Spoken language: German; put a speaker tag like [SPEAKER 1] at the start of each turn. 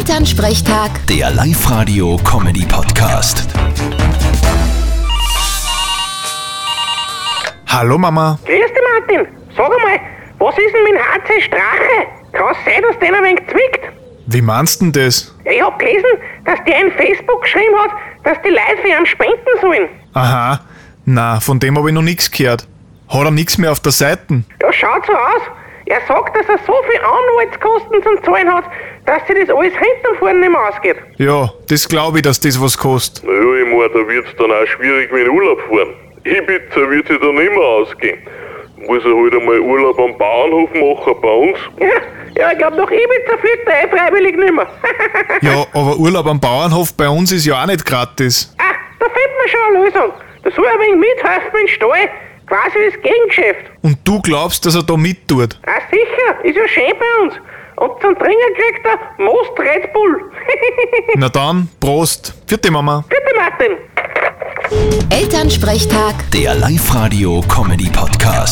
[SPEAKER 1] Elternsprechtag,
[SPEAKER 2] Der Live-Radio-Comedy-Podcast.
[SPEAKER 3] Hallo Mama.
[SPEAKER 4] Grüß dich, Martin. Sag einmal, was ist denn mit dem HC Strache? Kann's sein, dass der ein wenig zwickt?
[SPEAKER 3] Wie meinst denn das?
[SPEAKER 4] Ich hab gelesen, dass der in Facebook geschrieben hat, dass die Leute für ihn spenden sollen.
[SPEAKER 3] Aha. Na, von dem habe ich noch nichts gehört. Hat er nichts mehr auf der Seite?
[SPEAKER 4] Ja, schaut so aus. Er sagt, dass er so viel Anwaltskosten zum Zahlen hat, dass sich das alles hinten und vorne nicht mehr ausgeht.
[SPEAKER 3] Ja, das glaube ich, dass das was kostet.
[SPEAKER 5] Naja, ich mein, da wird's dann auch schwierig, wenn Urlaub fahren. Ich bitte, wird sich dann immer ausgehen. Muss er halt einmal Urlaub am Bauernhof machen bei uns.
[SPEAKER 4] Ja, ja ich glaub, nach Ibiza fliegt er eh freiwillig nicht mehr.
[SPEAKER 3] Ja, aber Urlaub am Bauernhof bei uns ist ja auch nicht gratis.
[SPEAKER 4] ah, da findet man schon eine Lösung. Da soll er wegen mithelfen im Stall. Quasi das Gegengeschäft.
[SPEAKER 3] Und du glaubst, dass er da mittut?
[SPEAKER 4] Ah, sicher, ist ja schön bei uns. Und zum Trinken kriegt er Most Red Bull.
[SPEAKER 3] Na dann, Prost. Vierte Mama.
[SPEAKER 4] Bitte, Martin.
[SPEAKER 1] Elternsprechtag.
[SPEAKER 2] Der Live-Radio-Comedy-Podcast.